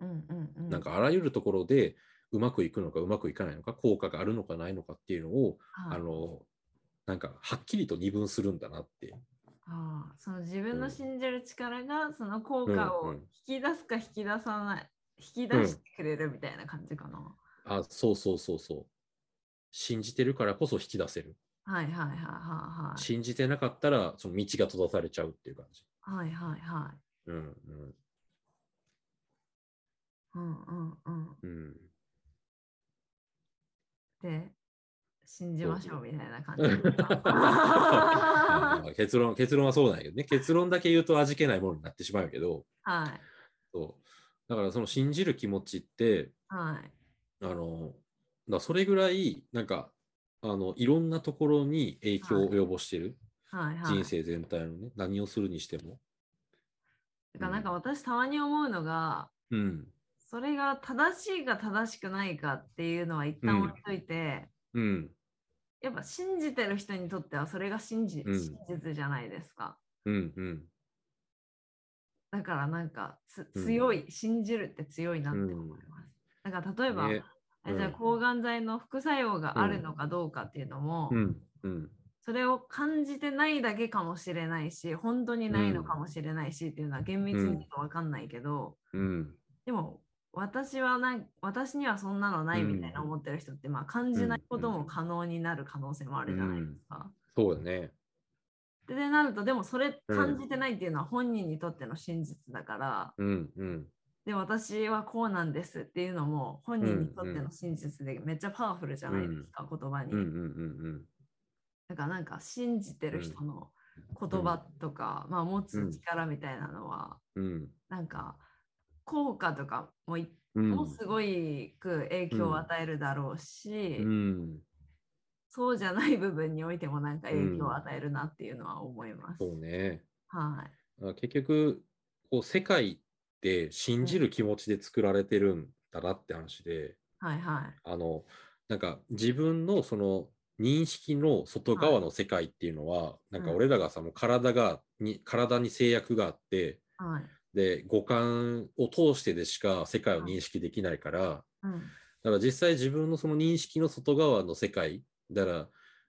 Speaker 1: うんうんうん。
Speaker 2: なん、かあらゆるところでうまくいくのかうまくいかないのか、効果があるのかないのかっていうのを、
Speaker 1: はい、
Speaker 2: あの、なんかはっきりと二分するんだなって。
Speaker 1: ああその自分
Speaker 2: う
Speaker 1: の
Speaker 2: ん
Speaker 1: 信じる力がその効果
Speaker 2: うんう
Speaker 1: を
Speaker 2: ん
Speaker 1: 引き出すか引き出さない、引き
Speaker 2: う
Speaker 1: 出
Speaker 2: ん
Speaker 1: してくれるみたいな感じかな。
Speaker 2: あ、そうそうそうそう。信じてるからこそ引き出せる。
Speaker 1: はいはいはいはい
Speaker 2: 信じてなかったら、その道が閉ざされちゃうっていう感じ。
Speaker 1: はい。はいはいはい。
Speaker 2: うんうん
Speaker 1: うんうんうん。
Speaker 2: うん。
Speaker 1: で、信じましょうみたいな感じ
Speaker 2: うん
Speaker 1: です
Speaker 2: [laughs]
Speaker 1: か。
Speaker 2: まあ
Speaker 1: は
Speaker 2: まあ結論、結論はそうなんやけどね。結論だけ言うと味気ないものになってしまうけど、
Speaker 1: い
Speaker 2: そう。だからその信じる気持ちって、
Speaker 1: はい。
Speaker 2: あの、だそれぐらい、なんか、あの、いろんなところに影響を及ぼしてる。
Speaker 1: はいはい。
Speaker 2: 人生全体のね、何をするにしても。
Speaker 1: だからなんか私たまに思うのが、
Speaker 2: うん。
Speaker 1: それが正しいか正しくないかっていうのは一
Speaker 2: う
Speaker 1: 旦
Speaker 2: ん
Speaker 1: 置いといて、
Speaker 2: うん。
Speaker 1: やっぱ信じてる人にとってはそれが真実,、
Speaker 2: うん
Speaker 1: 真実じゃないですか。
Speaker 2: うん。うん。
Speaker 1: だからなんかつ
Speaker 2: うん
Speaker 1: 強い、信じるって強いなって思います。だから例えば、
Speaker 2: ね
Speaker 1: あじゃあ
Speaker 2: うん
Speaker 1: 抗がん剤の副作用があるのかどうかっていうのも、
Speaker 2: うん。うん。
Speaker 1: それを感じてないだけかもしれないし本当にないのかもしれないしっていうのは厳密に言うと分かんないけど、
Speaker 2: うん。
Speaker 1: でも私はなん私にはそんなのないみたいな
Speaker 2: うん
Speaker 1: 思ってる人って、まあ感じないことも可能になる可能性もあるじゃないですか。
Speaker 2: そうだね。
Speaker 1: ででなるとでもそれ
Speaker 2: うん
Speaker 1: 感じてないっていうのは本人にとっての真実だから、
Speaker 2: うん。うん。
Speaker 1: で私はこうなんですっていうのも本人にとっ
Speaker 2: うん
Speaker 1: て
Speaker 2: うん
Speaker 1: の真実でめっちゃパワフルじゃないですか、言葉に。
Speaker 2: うん。うん。うん。
Speaker 1: だからなんか信じてる人の言葉とか、まあ持つ力みたいなのは、
Speaker 2: うん。
Speaker 1: なんか効果とかもい
Speaker 2: うん。
Speaker 1: もすごいく影響を与えるだろうし、
Speaker 2: うん。
Speaker 1: そうじゃない部分においてもなんか影響を与えるなっていうのは思います。
Speaker 2: そうね。
Speaker 1: はい。
Speaker 2: あ結局こう世界って信じる気持ちで作られてるんだなって話で、
Speaker 1: はいは
Speaker 2: あのなんか自分のその認識の外側の世界っていうのは、なんか
Speaker 1: うん
Speaker 2: 俺らがさもう体がに体に制約があって
Speaker 1: い。はい。
Speaker 2: で五感を通してでしか世界を認識できないから、
Speaker 1: うん。
Speaker 2: だから実際自分のその認識の外側の世界だから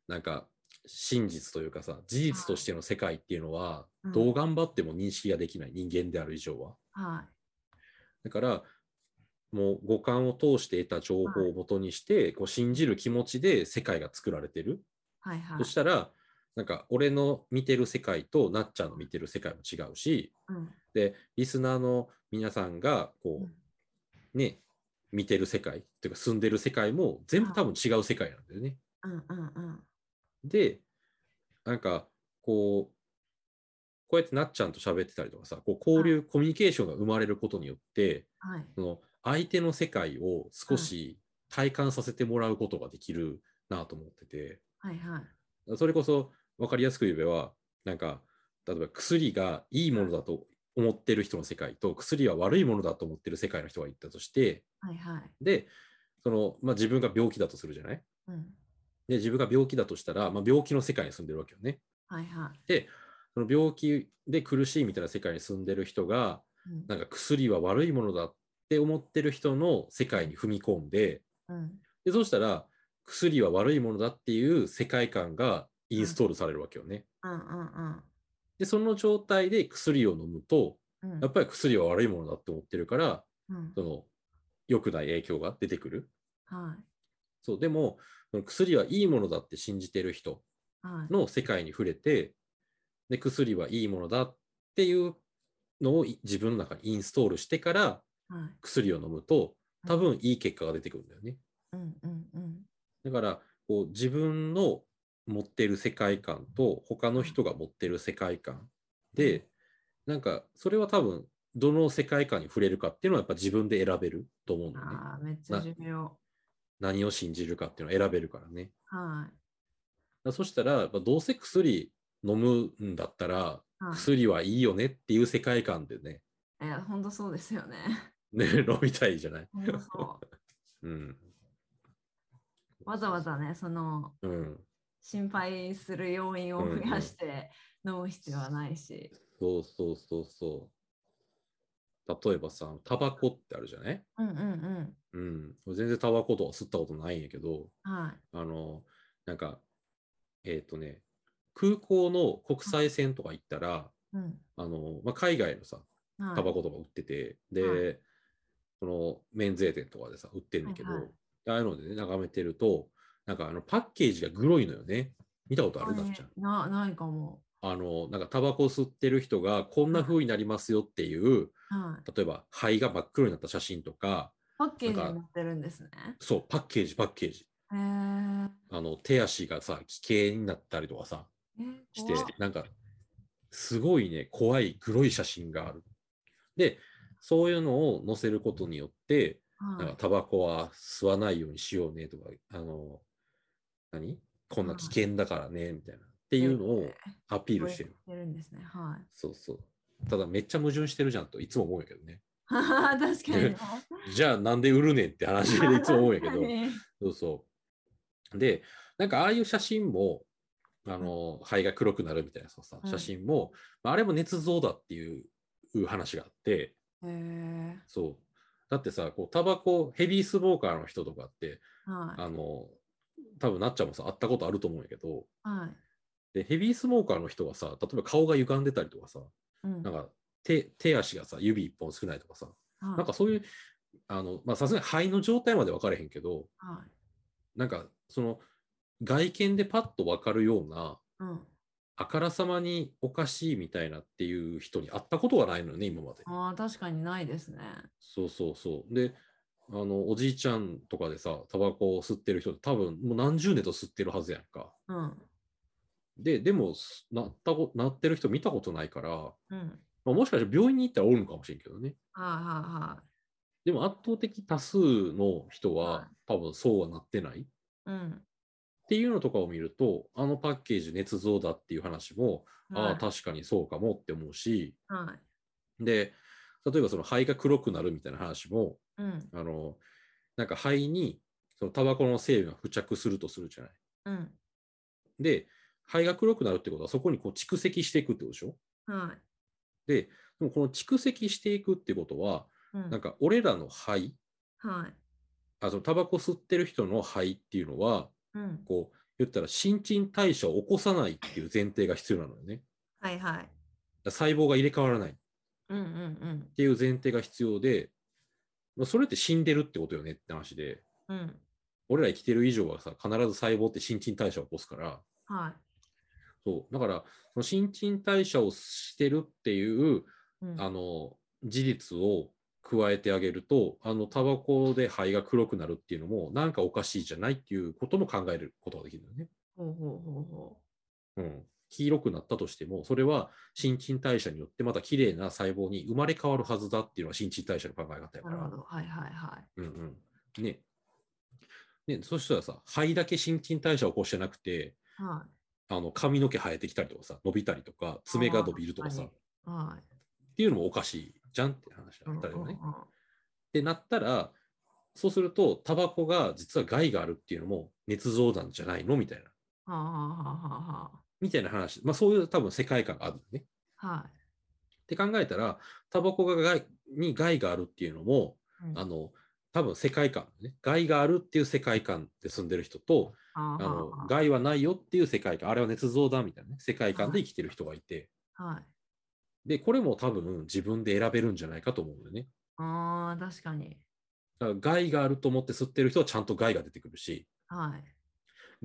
Speaker 2: なんか真実というかさ事実としての世界っていうのは、
Speaker 1: うん
Speaker 2: どう頑張っても認識ができない人間である以上は
Speaker 1: はい。
Speaker 2: だからもう五感を通して得た情報をもとにして、こう信じる気持ちで世界が作られてる、
Speaker 1: はいはい
Speaker 2: そ。したらなんか俺の見てる世界となっちゃんの見てる世界も違うし
Speaker 1: うん。
Speaker 2: でリスナーの皆さんがこ
Speaker 1: う
Speaker 2: う、
Speaker 1: ん
Speaker 2: ね見てる世界というか住んでる世界も全部多分違う世界なんだよね。
Speaker 1: うんうんうん。
Speaker 2: で、なんか、こう、こうやってなっちゃんと喋ってたりとかさ、こう交流、コミュニケーションが生まれることによって、
Speaker 1: はい。
Speaker 2: その相手の世界を少し体感させてもらうことができるなと思ってて、
Speaker 1: はいはい。
Speaker 2: それこそ分かりやすく言えば、なんか、例えば薬がいいものだと思ってる人の世界と、薬は悪いものだと思ってる世界の人がいたとして、
Speaker 1: はいはい。
Speaker 2: で、その、まあ、自分が病気だとするじゃない
Speaker 1: うん。
Speaker 2: で、自分が病気だとしたら、まあ、病気の世界に住んでるわけよね。
Speaker 1: はいは
Speaker 2: その病気で苦しいみたいな世界に住んでる人が、
Speaker 1: い。うん
Speaker 2: なんか薬は悪いものだって思ってる人の世界に踏み込んで、
Speaker 1: うん。
Speaker 2: でそうしたら、薬は悪いものだっていう世界観がインストールされるわけよね。
Speaker 1: うんうん
Speaker 2: で、その状態で薬を飲むと、
Speaker 1: うん。うん
Speaker 2: やっぱり薬は悪いものだって思ってるから、
Speaker 1: うん
Speaker 2: その良くない影響が出てくる。
Speaker 1: はい
Speaker 2: そう、でも、その薬はいいものだって信じてる人
Speaker 1: はい。
Speaker 2: の世界に触れて、で、薬はいいものだっていうのをい自分の中にインストールしてから
Speaker 1: はい。
Speaker 2: 薬を飲むと、多分いい結果が出てくるんだよね。
Speaker 1: うんうんうん。
Speaker 2: だから、こう自分の持っている世界観と他の人が持っている世界観で、なんか、それは多分、どの世界観に触れるかっていうのはやっぱ自分で選べると思うんだよね。
Speaker 1: ああ、めっちゃ重要。
Speaker 2: 何を信じるかっていうのを選べるからね。
Speaker 1: は
Speaker 2: だそしたら、やっぱどうせ薬飲むんだったら、
Speaker 1: い。はい、
Speaker 2: 薬はいいよねっていう世界観でね、 [laughs]
Speaker 1: え、本当そうですよ [laughs] ね。
Speaker 2: ね飲みたいじゃない。
Speaker 1: 本当そう。
Speaker 2: うん。
Speaker 1: わざわざね、その
Speaker 2: うん。
Speaker 1: 心配する要因を増やして飲む必要はないし。
Speaker 2: そうそうそうそう。例えばさ、タバコってあるじゃない
Speaker 1: うんうんうん。
Speaker 2: うん。俺全然タバコとか吸ったことないんやけど、
Speaker 1: は
Speaker 2: あの、なんか、えっ、とね、空港の国際線とか行ったら、
Speaker 1: い。うん。
Speaker 2: あの、まあ、海外のさ、
Speaker 1: はい、
Speaker 2: タバコとか売ってて、で、
Speaker 1: は
Speaker 2: その免税店とかでさ、売ってるんだけど、
Speaker 1: はいはい
Speaker 2: ああいうのでね、眺めてると、なんかあのパッケージがグロいのよね。見たことあるなっちゃん。
Speaker 1: なないかも。
Speaker 2: あの、なんかタバコ吸ってる人がこんな風になりますよっていう、
Speaker 1: はい。
Speaker 2: 例えば肺が真っ黒になった写真とか、
Speaker 1: パッケージに
Speaker 2: なんか
Speaker 1: なってるんですね。
Speaker 2: そう、パッケージ、パッケージ。
Speaker 1: へー
Speaker 2: あの、手足がさ、危険になったりとかさ、
Speaker 1: え
Speaker 2: して
Speaker 1: 怖っ、
Speaker 2: なんか、すごいね、怖い黒い写真がある。で、そういうのを載せることによって、なん
Speaker 1: は
Speaker 2: か
Speaker 1: い
Speaker 2: タバコは吸わないようにしようねとか、あの、何こんな危険だからね、みたいな。っていうのをアピールしてる。
Speaker 1: やってるんですね。はい。 [laughs]
Speaker 2: そうそう。ただめっちゃ矛盾してるじゃんといつも思うんやけど [laughs] ね。
Speaker 1: 確かにね。 [laughs]
Speaker 2: じゃあなんで売るねんって話でいつも思うんやけど
Speaker 1: 確か。に
Speaker 2: そうそう。で、なんかああいう写真も、あの、肺が黒くなるみたいなそうさ
Speaker 1: うん
Speaker 2: 写真も、まああれも捏造だっていう話があって、
Speaker 1: へえ
Speaker 2: そう。だってさ、こう、タバコ、ヘビースモーカーの人とかって、
Speaker 1: はい。
Speaker 2: あの、多分なっちゃんもさ、会ったことあると思うんやけど、
Speaker 1: はい。
Speaker 2: で、ヘビースモーカーの人がさ、例えば顔が歪んでたりとかさ、
Speaker 1: うん
Speaker 2: なんか手、手足がさ、指一本少ないとかさ、
Speaker 1: はい
Speaker 2: なんかそういう、あの、まあ、さすがに肺の状態まで分かれへんけど、
Speaker 1: はい。
Speaker 2: なんか、その、外見でパッと分かるような、
Speaker 1: うん。
Speaker 2: あからさまにおかしいみたいなっていう人に会ったことがないのよね、今まで。
Speaker 1: ああ、確かにないですね。
Speaker 2: そうそうそう。で、あの、おじいちゃんとかでさ、タバコを吸ってる人って多分もう何十年と吸ってるはずやんか。
Speaker 1: うん。
Speaker 2: で、でも、すなったこ、なってる人見たことないから、
Speaker 1: うん。
Speaker 2: まあ、もしかしたら病院に行ったらおるのかもしれんけどね。
Speaker 1: は
Speaker 2: でも圧倒的多数の人
Speaker 1: は
Speaker 2: は、多分そうはなってないっ
Speaker 1: いはいはい。うん。
Speaker 2: ていうのとかを見ると、あのパッケージ捏造だっていう話も、ああ、
Speaker 1: はい
Speaker 2: 確かにそうかもって思うし、
Speaker 1: はい。
Speaker 2: で、例えばその肺が黒くなるみたいな話も、
Speaker 1: うん。
Speaker 2: あの、なんか肺に、そのタバコの成分が付着するとするじゃない。
Speaker 1: うん。
Speaker 2: で、肺が黒くなるってことは、そこにこう蓄積していくってことでしょ
Speaker 1: はい。
Speaker 2: で、でもこの蓄積していくってことは、
Speaker 1: うん
Speaker 2: なんか俺らの肺、
Speaker 1: はい。
Speaker 2: あそのタバコ吸ってる人の肺っていうのは、
Speaker 1: うん。
Speaker 2: こう、言ったら新陳代謝を起こさないっていう前提が必要なのよね。
Speaker 1: はいはい。
Speaker 2: だから細胞が入れ替わらないっ
Speaker 1: うんうん
Speaker 2: ていう前提が必要で、まあそれって死んでるってことよねって話で、
Speaker 1: うん。うん。
Speaker 2: 俺ら生きてる以上はさ、必ず細胞って新陳代謝を起こすから、
Speaker 1: は
Speaker 2: そう、だから、その新陳代謝をしてるっていう、
Speaker 1: い。うん
Speaker 2: あの、事実を加えてあげると、あの、タバコで肺が黒くなるっていうのも、なんかおかしいじゃないっていうことも考えることができるよね。
Speaker 1: ほうほうほうほ
Speaker 2: うん。黄色くなったとしても、それは新陳代謝によってまた綺麗な細胞に生まれ変わるはずだっていうのは新陳代謝の考え方や
Speaker 1: う。
Speaker 2: か
Speaker 1: なるほ
Speaker 2: ら。
Speaker 1: ど。はいはいは
Speaker 2: うんうん。ね。ね、そしたらさ、肺だけ新陳代謝を起こしてなくて、
Speaker 1: い。は
Speaker 2: あの、髪の毛生えてきたりとかさ、伸びたりとか、爪が伸びるとか
Speaker 1: あ
Speaker 2: さ、
Speaker 1: ー確い。
Speaker 2: っ
Speaker 1: はい。
Speaker 2: ていうのもおかしいじゃんって話だったよね。
Speaker 1: うんうんうん
Speaker 2: ってなったら、そうすると、タバコが実は害があるっていうのも、捏造なんじゃないのみたいな。
Speaker 1: はあはあは
Speaker 2: みたいな話。まあ、そういう多分世界観があるのね。
Speaker 1: あはあは
Speaker 2: って考えたら、タバコが害に害があるっていうのも、
Speaker 1: い。うん
Speaker 2: あの、多分世界観、ね、害があるっていう世界観で住んでる人と、
Speaker 1: あー
Speaker 2: あの
Speaker 1: は、
Speaker 2: 害はないよっていう世界観、あれは捏造だみたいなね、世界観で生きてる人がいて、
Speaker 1: あはい。
Speaker 2: で、これも多分自分で選べるんじゃないかと思うんだよね。
Speaker 1: ああ、確かに。
Speaker 2: だから害があると思って吸ってる人はちゃんと害が出てくるし、
Speaker 1: はい。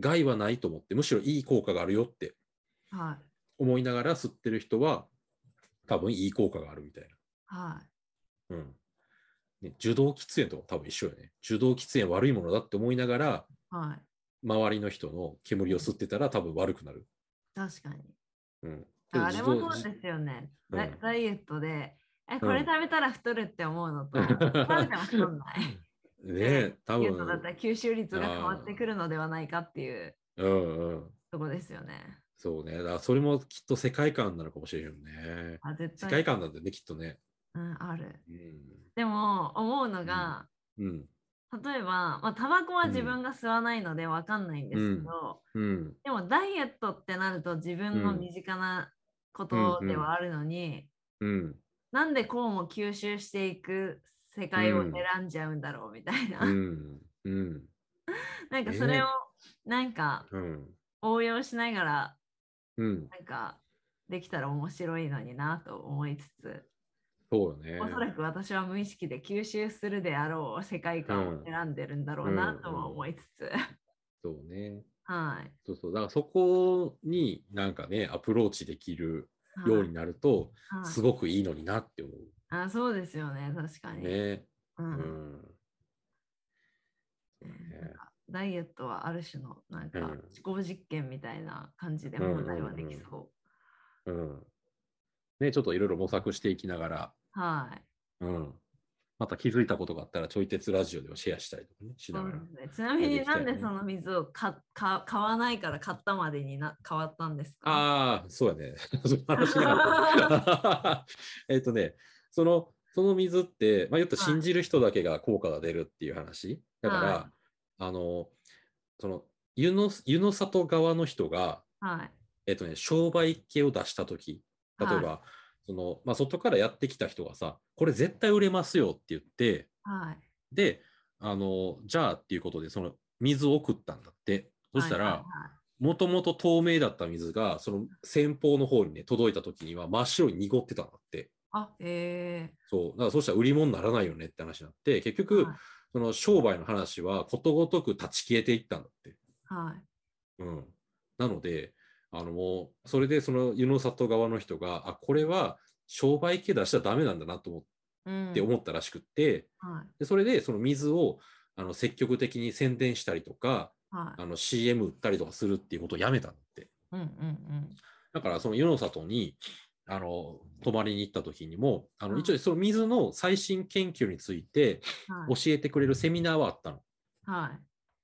Speaker 2: 害はないと思って、むしろいい効果があるよって
Speaker 1: はい。
Speaker 2: 思いながら吸ってる人は、多分いい効果があるみたい
Speaker 1: はい。
Speaker 2: な。うん。ね、受動喫煙とかも多分一緒よね。受動喫煙悪いものだって思いながら、
Speaker 1: はい。
Speaker 2: 周りの人の煙を吸ってたら多分悪くなる。
Speaker 1: 確かに。
Speaker 2: うん。けど
Speaker 1: あれ
Speaker 2: 自
Speaker 1: も
Speaker 2: 動
Speaker 1: そう
Speaker 2: じ
Speaker 1: ですよね。
Speaker 2: うん
Speaker 1: ダダイエットで、え、こ
Speaker 2: うん
Speaker 1: れ食べたら太るって思うのと、食べても太んない。
Speaker 2: ねえ、 [laughs] 多
Speaker 1: いうのだったら
Speaker 2: 分、
Speaker 1: 吸収率が変わってくるのではないかっていう
Speaker 2: うんうん。
Speaker 1: とこですよね。
Speaker 2: そうね。だからそれもきっと世界観なのかもしれんよね。
Speaker 1: あ絶
Speaker 2: 世
Speaker 1: 対
Speaker 2: 界観なんだよね、きっとね。
Speaker 1: うん、ある。
Speaker 2: う
Speaker 1: でも思うのが、
Speaker 2: ん。うん。
Speaker 1: 例えば、まあ、タバコは自分が吸わないのでわかんないんですけど、
Speaker 2: うん。
Speaker 1: でもダイエットってなると自分の
Speaker 2: うん
Speaker 1: 身近なことではあるのに、
Speaker 2: うん。
Speaker 1: なんでこうも吸収していく世界を選んじゃうんだろうみたいな、
Speaker 2: うん。うん。
Speaker 1: なんかそれ
Speaker 2: ね
Speaker 1: をなんか
Speaker 2: うん。
Speaker 1: 応用しながら
Speaker 2: うん。
Speaker 1: なんかできたら面白いのになと思いつつ、
Speaker 2: そうよ
Speaker 1: おそら
Speaker 2: ね。
Speaker 1: く私は無意識で吸収するであろう世界観を選んでるんだろうなとも思いつつ、
Speaker 2: そうね。
Speaker 1: [laughs] はい。
Speaker 2: そうそう。だからそこになんかね、アプローチできる
Speaker 1: はい
Speaker 2: ようになると、
Speaker 1: はい
Speaker 2: すごくいいのになって思
Speaker 1: あそうですよね、確か
Speaker 2: う。
Speaker 1: に。
Speaker 2: ね。
Speaker 1: う
Speaker 2: うんん。そう
Speaker 1: なん
Speaker 2: ね。
Speaker 1: かダイエットはある種のなんか
Speaker 2: うん
Speaker 1: 思考実験みたいな感じで
Speaker 2: うんうんうん
Speaker 1: 問題はできそう。
Speaker 2: うん。ね、ちょっといろいろ模索していきながら、
Speaker 1: はい
Speaker 2: うん。また気づいたことがあったら、ちょい鉄ラジオでもシェアしたりとかね、
Speaker 1: そ
Speaker 2: しな
Speaker 1: う
Speaker 2: が
Speaker 1: で
Speaker 2: ら。
Speaker 1: すね。ちなみになん
Speaker 2: やってい
Speaker 1: で
Speaker 2: き
Speaker 1: そ
Speaker 2: たいね
Speaker 1: の水をかか買わないから買ったまでにな変わったんですか
Speaker 2: ああ、そうやね。 [laughs] その話になる [laughs] えっとね、その、その水って、まあ、言ったら信じる人だけが効果が出るっていう話。だから、
Speaker 1: は
Speaker 2: あの、その、湯の、湯の里側の人が、
Speaker 1: はい。
Speaker 2: えっとね、商売系を出したとき、例えば、
Speaker 1: は
Speaker 2: その、まあ、外からやってきた人がさ、これ絶対売れますよって言って、
Speaker 1: はい。
Speaker 2: で、あの、じゃあっていうことで、その、水を送ったんだって。そしたら、
Speaker 1: はいはい
Speaker 2: もともと透明だった水が、その先方の方にね、届いた時には真っ白に濁ってたんだって。
Speaker 1: はい、あえ
Speaker 2: そう。だからそうしたら売り物にならないよねって話になって、結
Speaker 1: ー
Speaker 2: 局、
Speaker 1: はい
Speaker 2: その商売の話はことごとく断ち消えていったんだって。
Speaker 1: はい
Speaker 2: うん。なので、あのもう、それでその湯の里側の人が、あ、これは商売系出したらダメなんだなと思っ
Speaker 1: うん
Speaker 2: て思ったらしくって、
Speaker 1: はい
Speaker 2: でそれでその水をあの積極的に宣伝したりとか、
Speaker 1: はい
Speaker 2: あの CM 売ったりとかするっていうことをやめたんだって。
Speaker 1: うんうん
Speaker 2: だからその湯の里にあの泊まりに行った時にもあ
Speaker 1: う
Speaker 2: の
Speaker 1: ん
Speaker 2: 一応その水の最新研究について
Speaker 1: うんは
Speaker 2: 教
Speaker 1: い
Speaker 2: えてくれるセミナーはあったの。
Speaker 1: は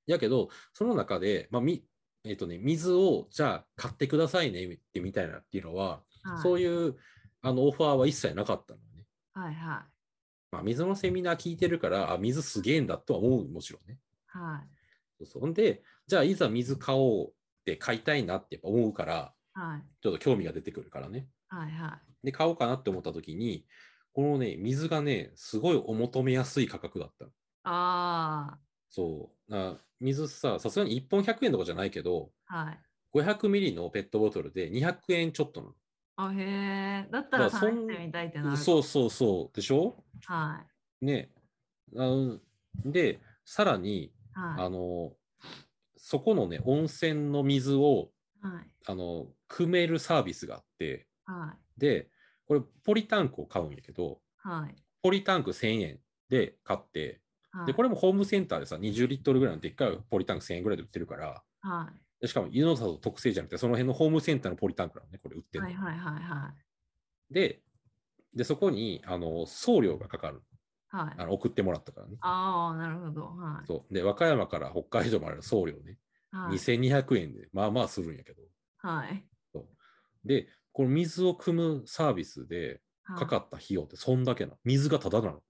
Speaker 1: い
Speaker 2: やけどその中で、まあみえっとね、水をじゃあ買ってくださいねってみたいなっていうのは、
Speaker 1: はい
Speaker 2: そういうあのオファーは一切なかったのね。
Speaker 1: はいは
Speaker 2: まあ、水のセミナー聞いてるからあ水すげえんだとは思うもちろんね。
Speaker 1: いはい
Speaker 2: そうそうほんでじゃあいざ水買おうって買いたいなってやっぱ思うから
Speaker 1: はい
Speaker 2: ちょっと興味が出てくるからね。
Speaker 1: はいは
Speaker 2: で、買おうかなって思った時に、このね、水がね、すごいお求めやすい価格だったの。
Speaker 1: あ
Speaker 2: そう。あ水さ、さすがに1本100円とかじゃないけど、
Speaker 1: あはい
Speaker 2: 500ミリのペットボトルで200円ちょっと
Speaker 1: あへえだったら試
Speaker 2: だからそん
Speaker 1: してみたいって
Speaker 2: な
Speaker 1: な
Speaker 2: の。
Speaker 1: る
Speaker 2: そうそうそう。でしょ
Speaker 1: は
Speaker 2: ね。あので、さらに、
Speaker 1: いはい
Speaker 2: あの、そこのね、温泉の水を、
Speaker 1: はい
Speaker 2: あの、汲めるサービスがあって、
Speaker 1: はい
Speaker 2: で、これ、ポリタンクを買うんやけど、
Speaker 1: はい
Speaker 2: ポリタンク1000円で買って、
Speaker 1: はい
Speaker 2: で、これもホームセンターでさ、20リットルぐらいのでっかいポリタンク1000円ぐらいで売ってるから、
Speaker 1: は
Speaker 2: でしかも湯の里特製じゃなくて、その辺のホームセンターのポリタンクなのね、これ売って
Speaker 1: い
Speaker 2: るの、
Speaker 1: はいはいはいはい
Speaker 2: で、で、そこに、あの、送料がかかる。
Speaker 1: はい
Speaker 2: あの送ってもらったからね。
Speaker 1: ああ、なるほど。は
Speaker 2: そう。で、和歌山から北海道までの送料ね、
Speaker 1: い。はい。
Speaker 2: 2200円で、まあまあするんやけど。
Speaker 1: はい。
Speaker 2: で、この水を汲むサービスでかか
Speaker 1: っ
Speaker 2: った費用ってそんだけなの。水がただなの。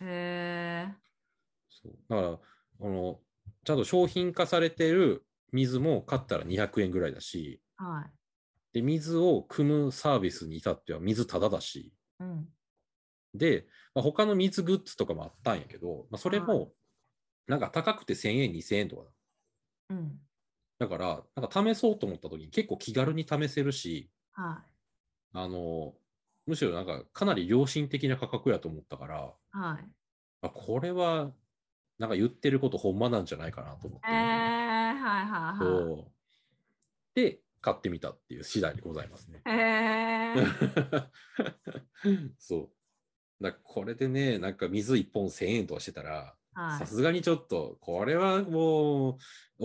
Speaker 1: へえ。
Speaker 2: そう。だから、あの、ちゃんと商品化されてる水も買ったら200円ぐらいだし、
Speaker 1: はい。
Speaker 2: で、水を汲むサービスに至っては水タダだし、
Speaker 1: うん。
Speaker 2: で、まあ、他の水グッズとかもあったんやけど、まあ、それ
Speaker 1: は
Speaker 2: も、なんか高くて1000円、2000円とか
Speaker 1: うん。
Speaker 2: だ。だから、なんか試そうと思った時に結構気軽に試せるし、
Speaker 1: は
Speaker 2: あの、むしろなんかかなり良心的な価格やと思ったから、
Speaker 1: い。はい。
Speaker 2: あこれは、なんか言ってることほんまなんじゃないかなと思って、
Speaker 1: ええ、はいはいは
Speaker 2: そうで、買ってみたっていう次第でございますね。
Speaker 1: い。へ
Speaker 2: [laughs]
Speaker 1: え。
Speaker 2: そう。だからこれでね、なんか水1本1000円とかしてたら、
Speaker 1: はい
Speaker 2: さ。すがにちょっと、これはもう、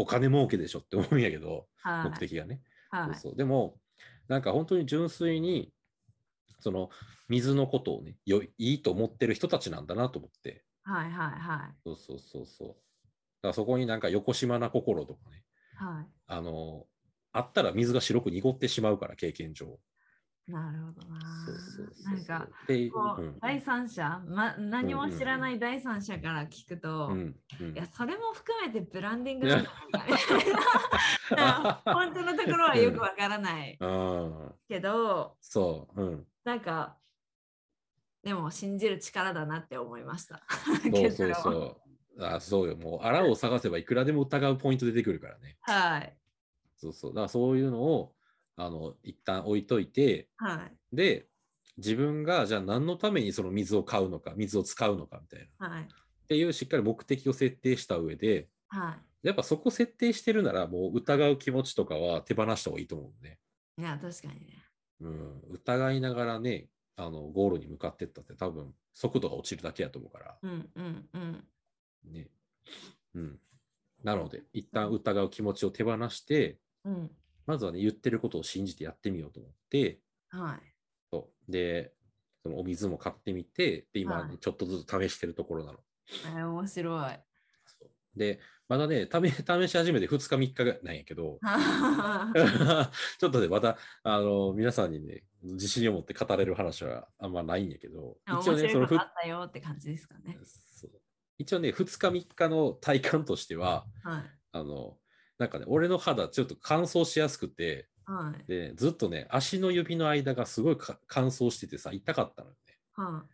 Speaker 2: お金儲けでしょって思うんやけど、
Speaker 1: は
Speaker 2: 目
Speaker 1: い。
Speaker 2: 的がね。
Speaker 1: は
Speaker 2: そう
Speaker 1: い。
Speaker 2: そうでも、なんか本当に純粋に、その水のことをね、よいいと思ってる人たちなんだなと思って、
Speaker 1: はいはいはい
Speaker 2: そうそうそうそう。だからそこになんか横島な心とかね、
Speaker 1: は
Speaker 2: あの、あったら水が白く濁ってしまうから、経験上。
Speaker 1: いなるほどな
Speaker 2: そうそうそう
Speaker 1: なんか
Speaker 2: で
Speaker 1: こう、
Speaker 2: うん
Speaker 1: 第三者、ま、何も知らない第三者から聞くと、
Speaker 2: うんうん
Speaker 1: いやそれも含めてブランディングなんだみたいな
Speaker 2: [laughs] あ
Speaker 1: [laughs] 本当のところはよくわからない
Speaker 2: うん
Speaker 1: け
Speaker 2: [laughs]
Speaker 1: ど、
Speaker 2: そう、うん、
Speaker 1: なんかでも信じる力だなって思いま
Speaker 2: [laughs]
Speaker 1: した。 [laughs]
Speaker 2: そうそう
Speaker 1: 結論
Speaker 2: そう。あそうよ、もう、あらを探せばいくらでも疑うポイント出てくるからね。
Speaker 1: はい
Speaker 2: そうそう。だからそういうのを、あの、一旦置いといて、
Speaker 1: はい
Speaker 2: で、自分が、じゃあ何のためにその水を買うのか、水を使うのかみたいな。っ
Speaker 1: はい
Speaker 2: ていう、しっかり目的を設定した上で、
Speaker 1: は
Speaker 2: やっぱそこ設定してるなら、もう疑う気持ちとかは手放した方がいいと思うね。
Speaker 1: い。いや確かにね。
Speaker 2: うん、疑いながらね、あの、ゴールに向かってったって多分、速度が落ちるだけやと思うから。
Speaker 1: うんうんうん。
Speaker 2: ね。うん。なので、一旦疑う気持ちを手放して、
Speaker 1: うん
Speaker 2: まずはね、言ってることを信じてやってみようと思って、
Speaker 1: はい
Speaker 2: そうで、そのお水も買ってみて、で、今、ね
Speaker 1: はい
Speaker 2: ちょっとずつ試してるところなの。
Speaker 1: えー面白い。
Speaker 2: [laughs]
Speaker 1: は、
Speaker 2: そうで、まだね、試試し始めて2日3日がなんやけど
Speaker 1: は
Speaker 2: [laughs] ちょっとね、また、あの、皆さんにね、自信を持って語れる話はあんまないんやけど、
Speaker 1: [laughs] 面
Speaker 2: 一応
Speaker 1: 白
Speaker 2: ね、
Speaker 1: い
Speaker 2: その
Speaker 1: こと
Speaker 2: ふ
Speaker 1: あったよって感じですかね。
Speaker 2: そう一応ね、2日3日の体感としては、
Speaker 1: はい
Speaker 2: あの、なんかね、俺の肌ちょっと乾燥しやすくて、
Speaker 1: はい
Speaker 2: で、ずっとね、足の指の間がすごいか乾燥しててさ、痛かったのよ
Speaker 1: は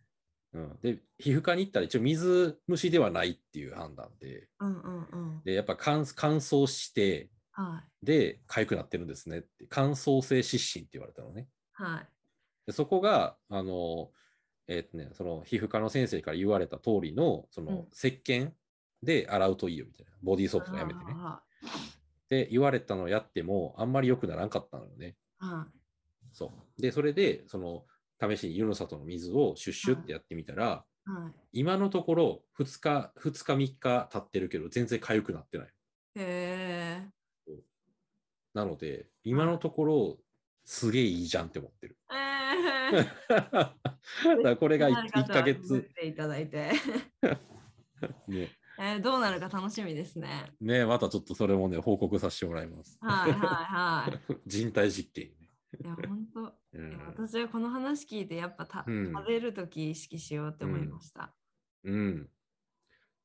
Speaker 1: い。
Speaker 2: ね。うん。で、皮膚科に行ったら一応水虫ではないっていう判断で、
Speaker 1: うんうんうん。
Speaker 2: で、やっぱ乾乾燥して、
Speaker 1: はい
Speaker 2: で、痒くなってるんですねって、乾燥性湿疹って言われたのね。
Speaker 1: はい
Speaker 2: でそこが、あの、えーっとね、その皮膚科の先生から言われた通りの、そ
Speaker 1: うん
Speaker 2: の、石鹸で洗うといいよみたいな。ボディーソープとかやめてね。って言われたのをやっても、あんまり良くならんかったのよね。
Speaker 1: は
Speaker 2: そう。で、それで、その、試しに湯の里の水をシュッシュってやってみたら、
Speaker 1: いはい。
Speaker 2: 今のところ2日、2日、3日経ってるけど、全然痒くなってない。
Speaker 1: へえ。
Speaker 2: なので、今のところ、すげえいいじゃんって思って
Speaker 1: [laughs]
Speaker 2: る。
Speaker 1: え
Speaker 2: [laughs] だ
Speaker 1: ー
Speaker 2: からこれが 1, ヶ
Speaker 1: 作っ
Speaker 2: 月、
Speaker 1: ていただいて、 [laughs]
Speaker 2: ね。
Speaker 1: えーどうなるか楽しみですね。
Speaker 2: ね、またちょっとそれもね、報告させてもらいます。
Speaker 1: はいはいは
Speaker 2: 人体実験、ね
Speaker 1: い。いや本当。
Speaker 2: [laughs] う
Speaker 1: いや
Speaker 2: ん。
Speaker 1: 私はこの話聞いてやっぱた、
Speaker 2: うん
Speaker 1: 食べるとき意識しようって思いました。
Speaker 2: うん。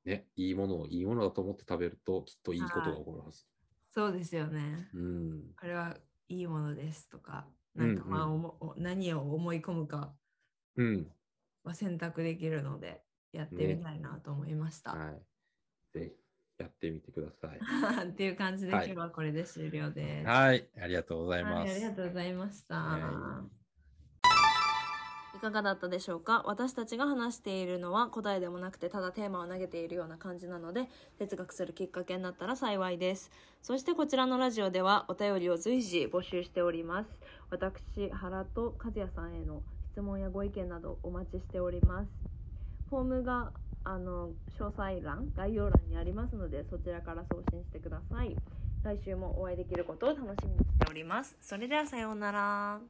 Speaker 2: ね、いいものをいいものだと思って食べると、きっといいことが起こるはず。
Speaker 1: そうですよね。
Speaker 2: うん。
Speaker 1: これはいいものですとか、なんか
Speaker 2: うんうん
Speaker 1: まあ、おもお何を思い込むか
Speaker 2: うん。
Speaker 1: は選択できるのでやってみたいなと思いました。
Speaker 2: はい。ぜひやってみてくださ
Speaker 1: [laughs]
Speaker 2: い。
Speaker 1: っていう感じで、
Speaker 2: はい
Speaker 1: 今日はこれで終了です。
Speaker 2: はい、ありがとうござい
Speaker 1: はい、
Speaker 2: ま
Speaker 1: あ
Speaker 2: す
Speaker 1: りが。とうございました。
Speaker 2: はい
Speaker 1: いかがだったでしょうか私たちが話しているのは答えでもなくてただテーマを投げているような感じなので哲学するきっかけになったら幸いですそしてこちらのラジオではお便りを随時募集しております私原と和也さんへの質問やご意見などお待ちしておりますフォームがあの詳細欄概要欄にありますのでそちらから送信してください来週もお会いできることを楽しみにしておりますそれではさようなら